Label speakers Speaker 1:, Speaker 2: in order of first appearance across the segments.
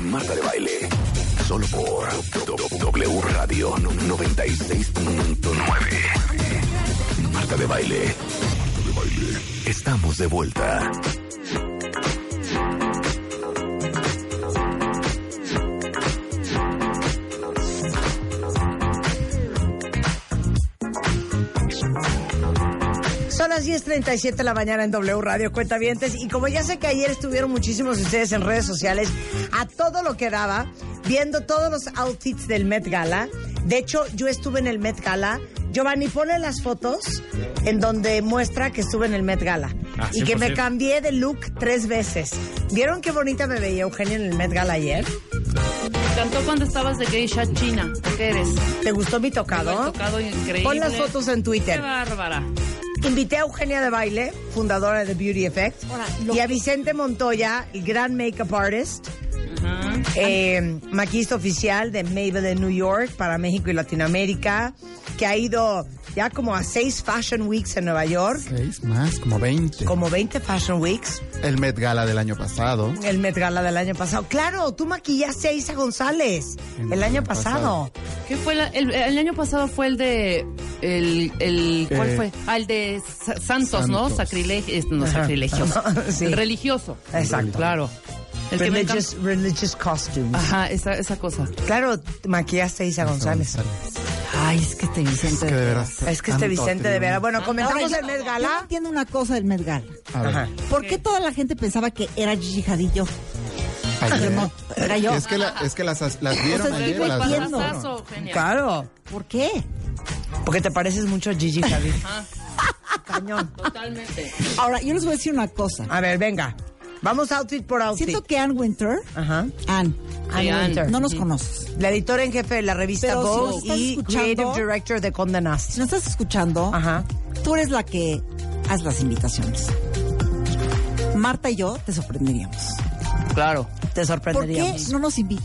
Speaker 1: Marta de Baile, solo por W Radio 96.9. Marta de Baile. Estamos de vuelta.
Speaker 2: Son las 10.37 de la mañana en W Radio Cuentavientes y como ya sé que ayer estuvieron muchísimos de ustedes en redes sociales, a todo lo que daba, viendo todos los outfits del Met Gala. De hecho, yo estuve en el Met Gala. Giovanni pone las fotos en donde muestra que estuve en el Met Gala
Speaker 3: Ah,
Speaker 2: y que me
Speaker 3: 100%.
Speaker 2: cambié de look tres veces. ¿Vieron qué bonita me veía Eugenia en el Met Gala ayer?
Speaker 4: Me encantó cuando estabas de geisha china. ¿Qué eres?
Speaker 2: ¿Te gustó mi
Speaker 4: Todo
Speaker 2: tocado?
Speaker 4: tocado increíble.
Speaker 2: Pon las fotos en
Speaker 4: Qué
Speaker 2: Twitter.
Speaker 4: bárbara.
Speaker 2: Invité a Eugenia de Baile, fundadora de Beauty Effect,
Speaker 4: Ahora, lo-
Speaker 2: y a Vicente Montoya, el gran makeup artist, eh, maquillista oficial de Maybelline New York para México y Latinoamérica, que ha ido ya como a seis Fashion Weeks en Nueva York,
Speaker 3: Seis más, como 20.
Speaker 2: como 20 Fashion Weeks,
Speaker 3: El Met Gala del año pasado.
Speaker 2: el Met Gala del año pasado. Claro, tú maquillaste a Isa González
Speaker 3: En
Speaker 2: el
Speaker 3: el
Speaker 2: año
Speaker 3: año
Speaker 2: pasado.
Speaker 4: ¿Qué fue la- el, el año pasado fue el de el, el ¿cuál
Speaker 3: Eh,
Speaker 4: fue? Ah, el de Sa- Santos, ¿no?
Speaker 3: Santos.
Speaker 4: Sacrilegio, no
Speaker 2: Ajá.
Speaker 4: sacrilegio.
Speaker 2: Sí.
Speaker 4: El religioso.
Speaker 2: Exacto.
Speaker 4: Claro. El que me encanta-
Speaker 2: Religious, religious costumes.
Speaker 4: Ajá, esa, esa cosa.
Speaker 2: Claro, maquillaste a Ah. Isa González.
Speaker 4: Ay, es que te
Speaker 3: Es
Speaker 4: Vicente.
Speaker 3: que de veras.
Speaker 2: Es que este
Speaker 3: tanto
Speaker 2: Vicente de
Speaker 3: triunfo.
Speaker 2: Vera. Bueno, comentamos
Speaker 5: Ahora,
Speaker 2: el Met
Speaker 5: Yo no
Speaker 2: Gala.
Speaker 5: entiendo una cosa del Met Gala.
Speaker 3: A ver,
Speaker 2: Ajá.
Speaker 5: ¿Por qué toda la gente pensaba que era Gigi Hadid yo?
Speaker 3: ayer.
Speaker 5: no, era yo.
Speaker 3: Es que, la- es que las, las vieron
Speaker 5: O sea,
Speaker 3: ayer.
Speaker 5: yo
Speaker 3: las dos
Speaker 5: entiendo.
Speaker 3: fueron.
Speaker 4: Pasazo, genial.
Speaker 2: Claro,
Speaker 5: ¿Por qué?
Speaker 2: porque te pareces mucho a Gigi Javier.
Speaker 3: Ah.
Speaker 2: Cañón.
Speaker 4: Totalmente.
Speaker 5: Ahora, yo les voy a decir una cosa.
Speaker 2: A ver, venga. Vamos outfit por outfit.
Speaker 5: Siento que Ann Winter,
Speaker 2: Ajá.
Speaker 5: Ann,
Speaker 4: Sí, Ann.
Speaker 2: Winter.
Speaker 5: no nos conoces.
Speaker 2: La editora en jefe de la revista
Speaker 5: Pero si
Speaker 2: Vogue
Speaker 5: nos estás
Speaker 2: y
Speaker 5: escuchando-
Speaker 2: Creative Director de Condé Nast.
Speaker 5: Si nos estás escuchando,
Speaker 2: Ajá.
Speaker 5: tú eres la que haz las invitaciones. Marta y yo te sorprenderíamos.
Speaker 4: Claro.
Speaker 2: Te
Speaker 5: ¿Por qué
Speaker 2: sorprenderíamos.
Speaker 5: no nos invita?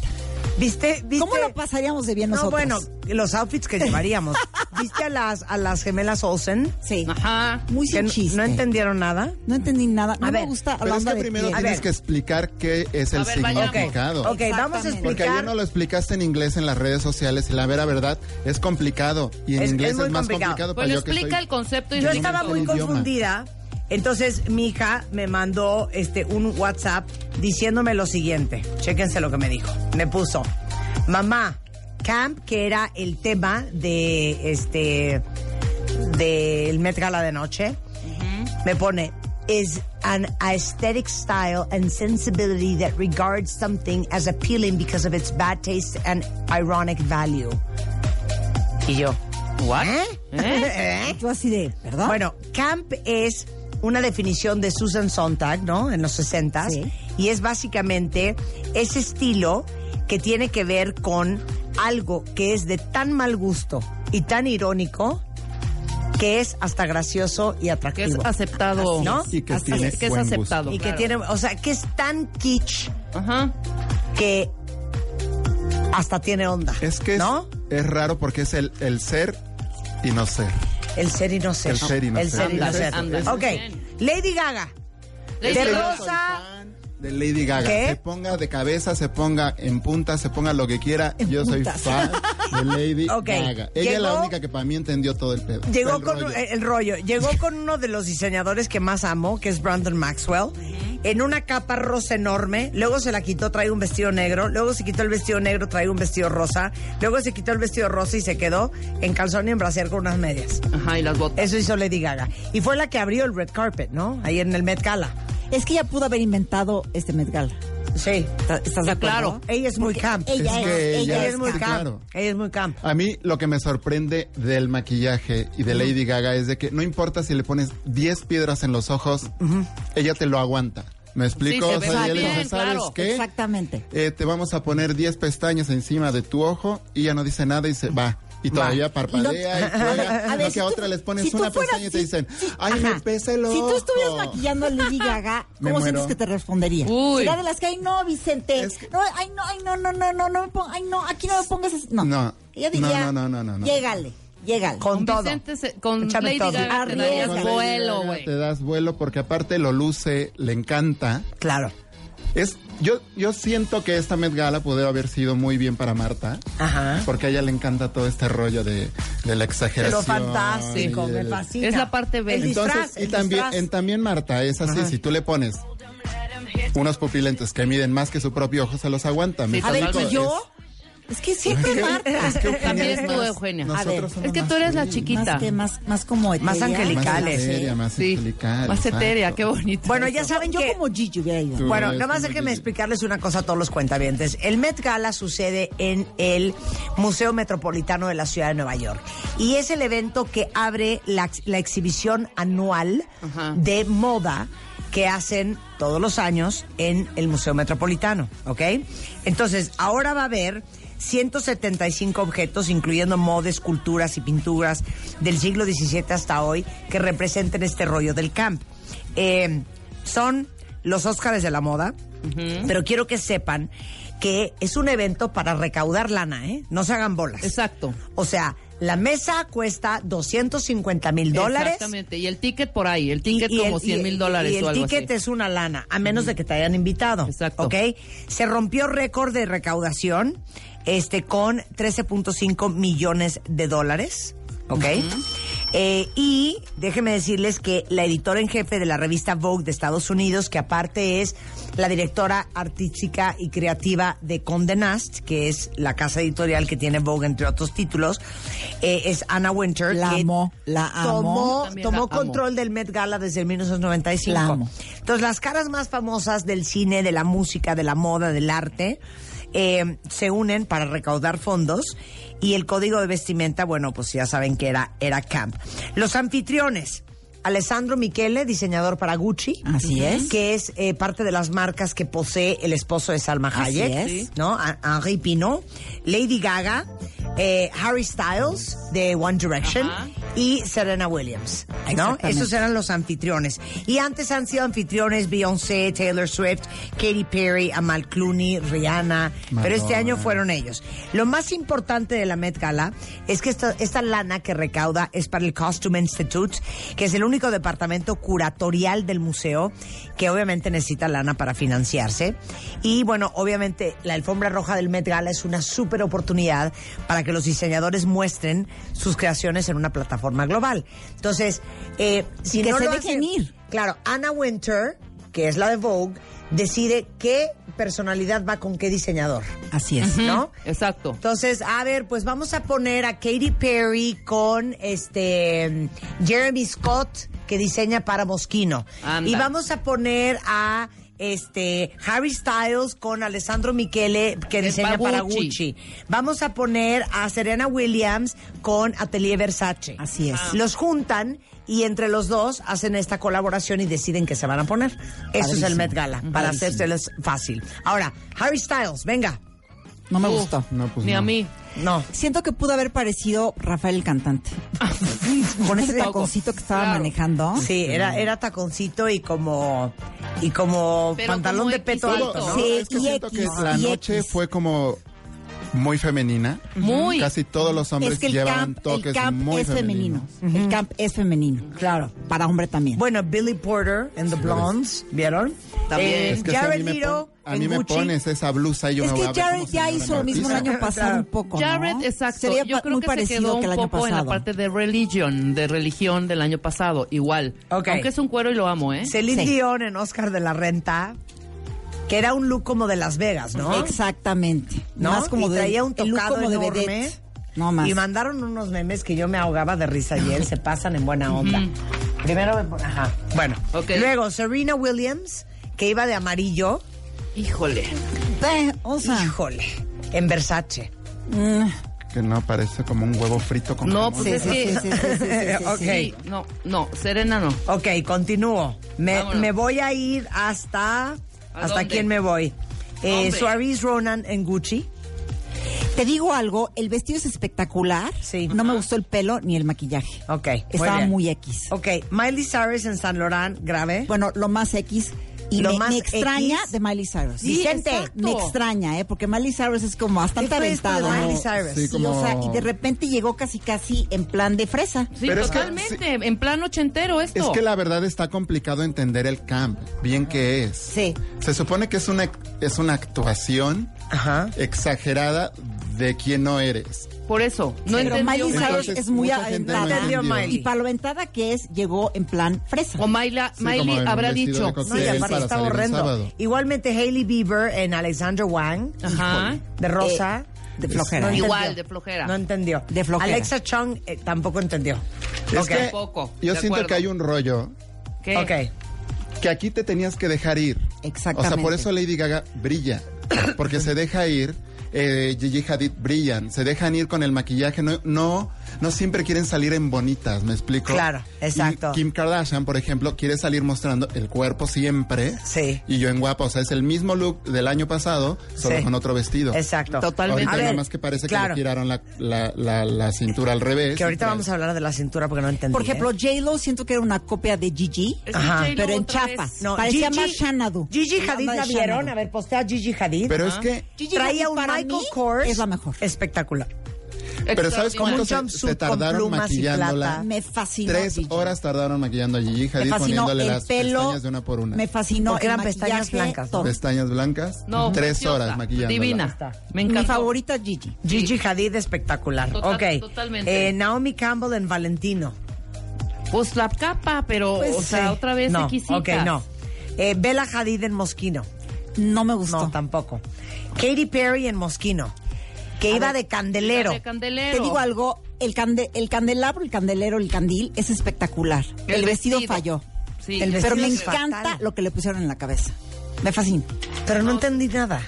Speaker 2: ¿Viste, viste?
Speaker 5: ¿Cómo lo pasaríamos de bien
Speaker 2: No,
Speaker 5: nosotros?
Speaker 2: bueno, los outfits que llevaríamos. ¿Viste a las, a las gemelas Olsen?
Speaker 5: Sí.
Speaker 4: Ajá.
Speaker 5: Muy
Speaker 2: Que
Speaker 5: sin
Speaker 2: no-
Speaker 5: chiste.
Speaker 2: no entendieron nada.
Speaker 5: No entendí nada. No
Speaker 2: A
Speaker 5: me
Speaker 2: ver,
Speaker 5: gusta la
Speaker 3: Pero es
Speaker 5: onda
Speaker 3: que
Speaker 5: de
Speaker 3: primero
Speaker 5: pie.
Speaker 2: A
Speaker 3: tienes
Speaker 2: ver.
Speaker 3: que explicar qué es el
Speaker 4: A ver, vayamos.
Speaker 3: significado.
Speaker 2: Ok, vamos a
Speaker 5: Exactamente.
Speaker 2: explicar.
Speaker 3: Porque ayer no lo explicaste en inglés en las redes sociales y la vera verdad es complicado. Y en
Speaker 2: Es- es
Speaker 3: inglés es,
Speaker 2: muy
Speaker 3: más
Speaker 2: complicado.
Speaker 3: complicado, para
Speaker 4: Bueno,
Speaker 3: yo que
Speaker 4: Pues explica
Speaker 3: soy-
Speaker 4: el concepto y
Speaker 2: Yo
Speaker 4: explica
Speaker 2: estaba
Speaker 3: todo.
Speaker 2: muy
Speaker 3: El idioma.
Speaker 2: confundida. Entonces mi hija me mandó este un WhatsApp diciéndome lo siguiente. Chéquense lo que me dijo. Me puso, mamá, camp que era el tema de este del Met Gala de noche. Me pone is an aesthetic style and sensibility that regards something as appealing because of its bad taste and ironic value. Y yo,
Speaker 4: ¿What?
Speaker 2: ¿eh?
Speaker 4: ¿Eh?
Speaker 2: ¿Eh?
Speaker 5: Yo así de, ¿verdad?
Speaker 2: Bueno, camp es una definición de Susan Sontag, ¿no? En los 60
Speaker 5: Sí.
Speaker 2: y es básicamente ese estilo que tiene que ver con algo que es de tan mal gusto y tan irónico que es hasta gracioso y
Speaker 4: Que es
Speaker 2: atractivo.
Speaker 4: aceptado.
Speaker 2: ¿No?
Speaker 3: Y que
Speaker 4: Así
Speaker 3: tiene
Speaker 4: es, que es
Speaker 3: buen gusto.
Speaker 4: aceptado.
Speaker 2: y que
Speaker 4: claro.
Speaker 2: tiene, o sea, que es tan kitsch
Speaker 4: Ajá.
Speaker 2: que hasta tiene onda.
Speaker 3: Es que es,
Speaker 2: ¿no?
Speaker 3: es raro porque es el, el ser y no ser.
Speaker 2: El ser y no ser.
Speaker 3: El ser y no ser.
Speaker 2: ser y no
Speaker 4: Ándale,
Speaker 2: ser.
Speaker 4: ándale.
Speaker 2: Ok.
Speaker 4: Bien.
Speaker 2: Lady Gaga.
Speaker 4: Lady
Speaker 2: de
Speaker 4: Gaga.
Speaker 2: rosa.
Speaker 3: De Lady Gaga.
Speaker 2: ¿Qué?
Speaker 3: Se ponga de cabeza, se ponga en punta, se ponga lo que quiera. Yo soy fan de Lady
Speaker 2: Ok.
Speaker 3: Gaga. Ella es la
Speaker 2: Llegó-
Speaker 3: única que para mí entendió todo el pedo.
Speaker 2: Llegó
Speaker 3: El
Speaker 2: con
Speaker 3: rollo.
Speaker 2: eh, el rollo, llegó con uno de los diseñadores que más amo, que es Brandon Maxwell, en una capa rosa enorme, luego se la quitó, trae un vestido negro, luego se quitó el vestido negro, trae un vestido rosa, luego se quitó el vestido rosa y se quedó en calzón y en brasier con unas medias.
Speaker 4: Ajá, y las botas.
Speaker 2: Eso hizo Lady Gaga. Y fue la que abrió el red carpet, ¿no? Ahí en el Met Gala.
Speaker 5: Es que ella pudo haber inventado este Met Gala.
Speaker 2: Sí.
Speaker 5: ¿Está- ¿Estás de acuerdo?
Speaker 4: Claro.
Speaker 2: Ella es muy camp.
Speaker 5: ella
Speaker 3: Es que
Speaker 5: es-
Speaker 3: ella
Speaker 2: es muy
Speaker 3: sí,
Speaker 2: camp.
Speaker 3: claro.
Speaker 2: Ella es muy camp.
Speaker 3: A mí lo que me sorprende del maquillaje y de Lady Gaga es de que no importa si le pones 10 piedras en los ojos, ella te lo aguanta. ¿Me explico?
Speaker 4: Sí, se ve
Speaker 3: Soy
Speaker 4: muy
Speaker 3: Eli,
Speaker 4: bien,
Speaker 3: dice, ¿sabes
Speaker 4: claro.
Speaker 3: qué?
Speaker 5: Exactamente.
Speaker 3: Eh, te vamos a poner 10 pestañas encima de tu ojo y ya no dice nada y se va. Y todavía parpadea y juega.
Speaker 5: A
Speaker 3: A
Speaker 5: ver,
Speaker 3: que
Speaker 5: si
Speaker 3: a
Speaker 5: tú-
Speaker 3: otra les pones
Speaker 5: si tú
Speaker 3: una
Speaker 5: fueras-
Speaker 3: pestaña y te
Speaker 5: si-
Speaker 3: dicen,
Speaker 5: si-
Speaker 3: ay,
Speaker 5: ajá.
Speaker 3: me pesa el ojo.
Speaker 5: Si tú estuvieras maquillando a Lady Gaga,
Speaker 3: Me
Speaker 5: ¿cómo
Speaker 3: muero.
Speaker 5: sientes que te respondería?
Speaker 4: Uy.
Speaker 5: Sería de las que, ay, no, Vicente.
Speaker 3: Es que-
Speaker 5: No, ay, no, ay, no, no, no, no, no, me pon- ay, no, aquí no me pongas así. No.
Speaker 3: No.
Speaker 5: Ella diría,
Speaker 3: No, no, no, no, no, no.
Speaker 5: llégale, llégale.
Speaker 2: Con todo.
Speaker 4: Vicente se- con
Speaker 2: Échame
Speaker 4: Lady
Speaker 2: todo.
Speaker 4: Gaga te darías
Speaker 3: Con
Speaker 5: Arriesga.
Speaker 3: Lady
Speaker 4: vuelo,
Speaker 3: Gaga
Speaker 4: güey.
Speaker 3: Te das vuelo porque aparte lo luce, le encanta.
Speaker 2: Claro.
Speaker 3: Es, yo, yo siento que esta Met Gala pudo haber sido muy bien para Marta.
Speaker 2: Ajá.
Speaker 3: Porque a ella le encanta todo este rollo de, de la
Speaker 2: Pero
Speaker 3: exageración.
Speaker 2: fantástico,
Speaker 3: y
Speaker 2: me
Speaker 3: el-
Speaker 2: fascina.
Speaker 4: Es la parte B.
Speaker 2: El
Speaker 3: Entonces,
Speaker 2: disfraz,
Speaker 3: y
Speaker 2: el
Speaker 3: también,
Speaker 2: disfraz.
Speaker 3: en- también Marta, es así, si tú le pones unos pupilentes que miden más que su propio ojo, se los aguanta. Me
Speaker 4: Sí,
Speaker 5: A ver,
Speaker 3: explico,
Speaker 4: totalmente.
Speaker 5: ¿y yo? Es, que siempre Marta.
Speaker 3: es que Eugenia
Speaker 4: También
Speaker 3: es
Speaker 4: tú,
Speaker 3: más-
Speaker 4: Eugenia.
Speaker 3: nosotros
Speaker 5: A ver,
Speaker 3: somos
Speaker 4: es que
Speaker 3: más
Speaker 4: tú eres la
Speaker 3: felices.
Speaker 4: chiquita.
Speaker 5: Más que más, más como etérea.
Speaker 2: Más
Speaker 3: Más
Speaker 2: Angelicales.
Speaker 3: etérea, más
Speaker 4: Sí.
Speaker 3: angelical,
Speaker 4: Más
Speaker 3: exacto.
Speaker 4: etérea, qué bonito.
Speaker 2: Bueno, ya saben
Speaker 5: Yo
Speaker 2: que...
Speaker 5: como Gigi hubiera ido.
Speaker 3: Tú
Speaker 2: Bueno,
Speaker 3: eres
Speaker 2: nada más
Speaker 3: como
Speaker 2: déjenme
Speaker 3: Gigi.
Speaker 2: explicarles una cosa a todos los cuentavientes. El Met Gala sucede en el Museo Metropolitano de la Ciudad de Nueva York. Y es el evento que abre la, ex- la exhibición anual
Speaker 4: Ajá.
Speaker 2: de moda que hacen todos los años en el Museo Metropolitano, ¿ok? Entonces, ahora va a haber 175 objetos, incluyendo moda, esculturas y pinturas del siglo XVII hasta hoy, que representen este rollo del camp. Eh, son los Óscares de la moda, pero quiero que sepan que es un evento para recaudar lana, ¿eh? No se hagan bolas.
Speaker 4: Exacto.
Speaker 2: O sea, la mesa cuesta 250 mil dólares.
Speaker 4: Exactamente. Y el ticket por ahí, el ticket
Speaker 2: Y
Speaker 4: como
Speaker 2: el-
Speaker 4: 100
Speaker 2: y-
Speaker 4: mil dólares
Speaker 2: y el
Speaker 4: o algo
Speaker 2: ticket
Speaker 4: así.
Speaker 2: es una lana, a menos de que te hayan invitado.
Speaker 4: Exacto.
Speaker 2: ¿Ok? Se rompió récord de recaudación este, con 13.5 millones de dólares. ¿Ok? Eh, y déjenme decirles que la editora en jefe de la revista Vogue de Estados Unidos, que aparte es la directora artística y creativa de Condé Nast, que es la casa editorial que tiene Vogue entre otros títulos, eh, es Anna Winter.
Speaker 5: La
Speaker 2: que
Speaker 5: amo, la amo.
Speaker 2: tomó-
Speaker 4: También la
Speaker 2: tomó
Speaker 4: amo.
Speaker 2: control del Met Gala desde el 1995.
Speaker 5: La amo.
Speaker 2: Entonces, las caras más famosas del cine, de la música, de la moda, del arte, eh, se unen para recaudar fondos. Y el código de vestimenta, bueno, pues ya saben que era, era camp. Los anfitriones. Alessandro Michele, diseñador para Gucci.
Speaker 5: Así es.
Speaker 2: Que es eh, parte de las marcas que posee el esposo de Salma
Speaker 5: Así
Speaker 2: Hayek.
Speaker 5: es.
Speaker 2: ¿No? A- Henri Pino. Lady Gaga. eh, Harry Styles de One Direction.
Speaker 4: Ajá.
Speaker 2: Y Serena Williams. ¿No?
Speaker 5: Exactamente.
Speaker 2: Esos eran los anfitriones. Y antes han sido anfitriones Beyoncé, Taylor Swift, Katy Perry, Amal Clooney, Rihanna. Pero este
Speaker 3: Madonna.
Speaker 2: año fueron ellos. Lo más importante de la Met Gala es que esta, esta lana que recauda es para el Costume Institute, que es el único departamento curatorial del museo que obviamente necesita lana para financiarse. Y bueno, obviamente la alfombra roja del Met Gala es una súper oportunidad para que los diseñadores muestren sus creaciones en una plataforma global. Entonces, eh, si
Speaker 5: Y que
Speaker 2: no
Speaker 5: se
Speaker 2: lo
Speaker 5: dejen
Speaker 2: hacen-
Speaker 5: ir.
Speaker 2: Claro, Anna Winter, que es la de Vogue, decide qué personalidad va con qué diseñador.
Speaker 5: Así es.
Speaker 2: ¿No?
Speaker 4: Exacto.
Speaker 2: Entonces, a ver, pues vamos a poner a Katy Perry con este mm, Jeremy Scott que diseña para Moschino.
Speaker 4: Anda.
Speaker 2: Y vamos a poner a este Harry Styles con Alessandro Michele que
Speaker 4: Es
Speaker 2: diseña
Speaker 4: para
Speaker 2: para
Speaker 4: Gucci.
Speaker 2: Gucci. Vamos a poner a Serena Williams con Atelier Versace.
Speaker 5: Así es. Ah.
Speaker 2: Los juntan y entre los dos hacen esta colaboración y deciden qué se van a poner. Eso es el
Speaker 5: Padrísimo.
Speaker 2: Met Gala, para
Speaker 5: Padrísimo.
Speaker 2: hacérselos fácil. Ahora, Harry Styles, venga.
Speaker 5: No me
Speaker 4: Uf.
Speaker 5: gustó.
Speaker 3: No, pues
Speaker 4: Ni
Speaker 3: no.
Speaker 4: a mí.
Speaker 2: No.
Speaker 5: Siento que pudo haber parecido Rafael el cantante. Con ese
Speaker 4: Poco.
Speaker 5: taconcito que estaba
Speaker 4: Claro.
Speaker 5: manejando.
Speaker 2: Sí, era, era taconcito y como y como
Speaker 4: Pero
Speaker 2: pantalón
Speaker 4: como
Speaker 2: de peto
Speaker 4: X
Speaker 2: alto,
Speaker 4: alto,
Speaker 2: ¿no?
Speaker 3: No,
Speaker 5: Sí,
Speaker 3: es que
Speaker 5: y
Speaker 3: siento que
Speaker 5: X,
Speaker 3: la
Speaker 5: y
Speaker 3: noche
Speaker 5: X.
Speaker 3: fue como muy femenina.
Speaker 4: Muy.
Speaker 3: Casi todos los hombres
Speaker 5: es que el
Speaker 3: llevan
Speaker 5: camp,
Speaker 3: toques
Speaker 5: el camp
Speaker 3: muy
Speaker 5: es femenino.
Speaker 3: femeninos.
Speaker 5: El camp es femenino. Claro. Para hombre también.
Speaker 2: Bueno, Billy Porter en The Blondes, ¿vieron?
Speaker 4: También.
Speaker 2: Eh,
Speaker 3: Es que si a
Speaker 2: Jared
Speaker 3: mí, me,
Speaker 2: Leto
Speaker 3: pon- a
Speaker 2: en
Speaker 3: mí me
Speaker 2: Gucci.
Speaker 3: pones esa blusa y yo
Speaker 5: es
Speaker 3: me
Speaker 5: que
Speaker 3: voy a ver
Speaker 5: Jared
Speaker 3: como
Speaker 5: ya
Speaker 3: señora
Speaker 5: hizo lo mismo el
Speaker 3: artista.
Speaker 5: año pasado un poco. ¿no?
Speaker 4: Jared, exacto.
Speaker 5: Sería
Speaker 4: Yo
Speaker 5: pa-
Speaker 4: creo
Speaker 5: muy
Speaker 4: que se
Speaker 5: parecido
Speaker 4: quedó
Speaker 5: que
Speaker 4: un
Speaker 5: el año
Speaker 4: poco en la
Speaker 5: pasado.
Speaker 4: parte de religion, de religión del año pasado, igual.
Speaker 2: Ok.
Speaker 4: Aunque es un cuero y lo amo, ¿eh?
Speaker 2: Celine
Speaker 5: Sí.
Speaker 2: Dion en Oscar de la Renta, que era un look como de Las Vegas, ¿no?
Speaker 5: Exactamente.
Speaker 2: ¿No?
Speaker 5: Más como
Speaker 2: y
Speaker 5: de,
Speaker 2: traía un
Speaker 5: el look
Speaker 2: tocado
Speaker 5: como de
Speaker 2: enorme.
Speaker 5: vedette. No más.
Speaker 2: Y mandaron unos memes que yo me ahogaba de risa ayer, se pasan en buena onda. Primero, me pon- ajá. Bueno,
Speaker 4: Ok.
Speaker 2: luego Serena Williams, que iba de amarillo.
Speaker 4: Híjole.
Speaker 5: Ve, o sea,
Speaker 4: Ah.
Speaker 2: Híjole, en Versace.
Speaker 5: mm,
Speaker 3: que no parece como un huevo frito con
Speaker 4: No,
Speaker 3: jamón.
Speaker 4: pues es que. Sí, no, no, Serena no.
Speaker 2: Ok, continúo. Me,
Speaker 4: Vámonos.
Speaker 2: me voy a ir hasta...
Speaker 4: ¿A
Speaker 2: ¿Hasta
Speaker 4: dónde?
Speaker 2: quién me voy? Eh,
Speaker 4: ¿Dónde?
Speaker 2: Suavis Ronan en Gucci.
Speaker 5: Te digo algo, el vestido es espectacular.
Speaker 2: Sí.
Speaker 5: No me gustó el pelo ni el maquillaje.
Speaker 2: Ok, muy
Speaker 5: Estaba
Speaker 2: bien.
Speaker 5: muy X.
Speaker 2: Ok, Miley Cyrus en San Laurent, grave.
Speaker 5: Bueno, lo más X. Y
Speaker 2: Lo
Speaker 5: me,
Speaker 2: más
Speaker 5: me extraña
Speaker 2: X.
Speaker 5: de Miley Cyrus.
Speaker 4: Sí,
Speaker 5: Vicente,
Speaker 4: exacto.
Speaker 5: me extraña, ¿eh? Porque Miley Cyrus es como bastante
Speaker 2: ¿Qué fue esto de
Speaker 5: aventada.
Speaker 2: Miley
Speaker 5: ¿no?
Speaker 2: Cyrus?
Speaker 3: Sí, como-
Speaker 5: Y, o sea, y de repente llegó casi casi en plan de fresa.
Speaker 4: Sí,
Speaker 3: Pero es que-
Speaker 4: totalmente. En plan ochentero esto.
Speaker 3: Es que la verdad está complicado entender el camp, bien que es.
Speaker 5: Sí.
Speaker 3: Se supone que es una, es una actuación
Speaker 2: Ajá.
Speaker 3: exagerada de quien no eres.
Speaker 4: Por eso. No
Speaker 5: Pero
Speaker 4: entendió.
Speaker 5: Miley Cyrus
Speaker 3: Entonces,
Speaker 5: es muy
Speaker 3: mucha gente no
Speaker 5: aventada.
Speaker 2: Entendió Miley.
Speaker 5: Y para lo aventada que es, llegó en plan fresa.
Speaker 4: O Mayla,
Speaker 3: Sí, como
Speaker 4: Miley
Speaker 3: en un
Speaker 4: habrá
Speaker 3: vestido
Speaker 4: dicho.
Speaker 3: de cóctel.
Speaker 2: No, y
Speaker 3: Sí,
Speaker 2: aparte
Speaker 3: para
Speaker 2: está
Speaker 3: salir un
Speaker 2: horrendo.
Speaker 3: sábado.
Speaker 2: Igualmente Hailey Bieber en Alexander Wang,
Speaker 4: Ajá.
Speaker 2: de rosa.
Speaker 5: Eh, de flojera.
Speaker 2: No
Speaker 5: Ah. ¿eh?
Speaker 4: Igual,
Speaker 2: entendió.
Speaker 4: de flojera.
Speaker 2: No entendió.
Speaker 5: De flojera.
Speaker 2: Alexa Chung eh, tampoco entendió.
Speaker 3: Es
Speaker 2: Ok.
Speaker 3: que
Speaker 4: Poco,
Speaker 3: yo
Speaker 4: de
Speaker 3: siento
Speaker 4: acuerdo.
Speaker 3: que hay un rollo
Speaker 4: ¿Qué?
Speaker 2: Ok.
Speaker 3: que aquí te tenías que dejar ir.
Speaker 5: Exactamente.
Speaker 3: O sea, por eso Lady Gaga brilla, porque se deja ir. Eh, Gigi Hadid brillan, se dejan ir con el maquillaje, no, no, no siempre quieren salir en bonitas, ¿me explico?
Speaker 2: Claro, exacto.
Speaker 3: Y Kim Kardashian, por ejemplo, quiere salir mostrando el cuerpo siempre.
Speaker 2: Sí.
Speaker 3: Y yo en guapa, o sea, es el mismo look del año pasado, solo
Speaker 2: Sí.
Speaker 3: con otro vestido.
Speaker 2: Exacto.
Speaker 4: Totalmente.
Speaker 3: Ahorita
Speaker 2: A
Speaker 3: nada
Speaker 2: ver,
Speaker 3: más que parece que
Speaker 2: claro.
Speaker 3: le tiraron la, la- la- la cintura al revés.
Speaker 2: Que ahorita
Speaker 3: Y
Speaker 2: vamos a hablar de la cintura porque no entendí.
Speaker 5: Por ejemplo,
Speaker 2: ¿eh?
Speaker 5: J-Lo siento que era una copia de Gigi.
Speaker 4: Es que
Speaker 2: Ajá.
Speaker 4: J-Lo
Speaker 5: Pero en
Speaker 4: otra vez.
Speaker 5: chapas. parecía más Xanadu.
Speaker 2: Gigi
Speaker 5: La
Speaker 2: Hadid
Speaker 5: banda
Speaker 2: la
Speaker 5: de
Speaker 2: vieron.
Speaker 5: Xanadu.
Speaker 2: A ver, postea Gigi Hadid.
Speaker 3: Pero es que
Speaker 5: Gigi
Speaker 2: Traía
Speaker 5: Hadid
Speaker 2: un
Speaker 5: para
Speaker 2: Michael
Speaker 5: mí
Speaker 2: Kors.
Speaker 5: es la mejor.
Speaker 2: Espectacular.
Speaker 3: Pero ¿sabes cuánto
Speaker 2: un
Speaker 3: se,
Speaker 2: jumpsuit
Speaker 3: se tardaron
Speaker 2: con plumas y plata.
Speaker 3: maquillándola?
Speaker 5: Me fascinó.
Speaker 3: Tres
Speaker 5: Gigi.
Speaker 3: horas tardaron maquillando a Gigi
Speaker 5: Me
Speaker 3: Hadid
Speaker 5: fascinó
Speaker 3: poniéndole
Speaker 5: el
Speaker 3: las
Speaker 5: pelo.
Speaker 3: pestañas de una por una.
Speaker 5: Me fascinó.
Speaker 2: Porque
Speaker 5: el
Speaker 2: eran pestañas
Speaker 5: maquillaje,
Speaker 2: blancas, ¿no?
Speaker 5: todo.
Speaker 3: Pestañas blancas.
Speaker 4: No,
Speaker 3: tres
Speaker 4: preciosa,
Speaker 3: horas maquillándola.
Speaker 4: Divina. Me encantó.
Speaker 5: Mi favorita es Gigi.
Speaker 2: Gigi Hadid espectacular.
Speaker 4: Total-
Speaker 2: ok.
Speaker 4: totalmente.
Speaker 2: Eh, Naomi Campbell en Valentino.
Speaker 4: Pues la capa, pero,
Speaker 2: Pues,
Speaker 4: o sea,
Speaker 2: sí.
Speaker 4: otra vez
Speaker 2: no,
Speaker 4: exquisita.
Speaker 2: Ok, no. Eh, Bella Hadid en Mosquino.
Speaker 5: No me gustó.
Speaker 2: No, tampoco. Katy Perry en Mosquino. Que iba de candelero.
Speaker 4: De candelero.
Speaker 5: Te
Speaker 2: Pues
Speaker 5: digo algo, el, cande- el candelabro, el candelero, el candil es espectacular. El, vestido, falló.
Speaker 4: Sí,
Speaker 2: El
Speaker 5: Pero
Speaker 2: vestido
Speaker 5: me
Speaker 2: es
Speaker 5: encanta
Speaker 2: fatal.
Speaker 5: lo que le pusieron en la cabeza. Me fascina.
Speaker 2: Pero no entendí nada.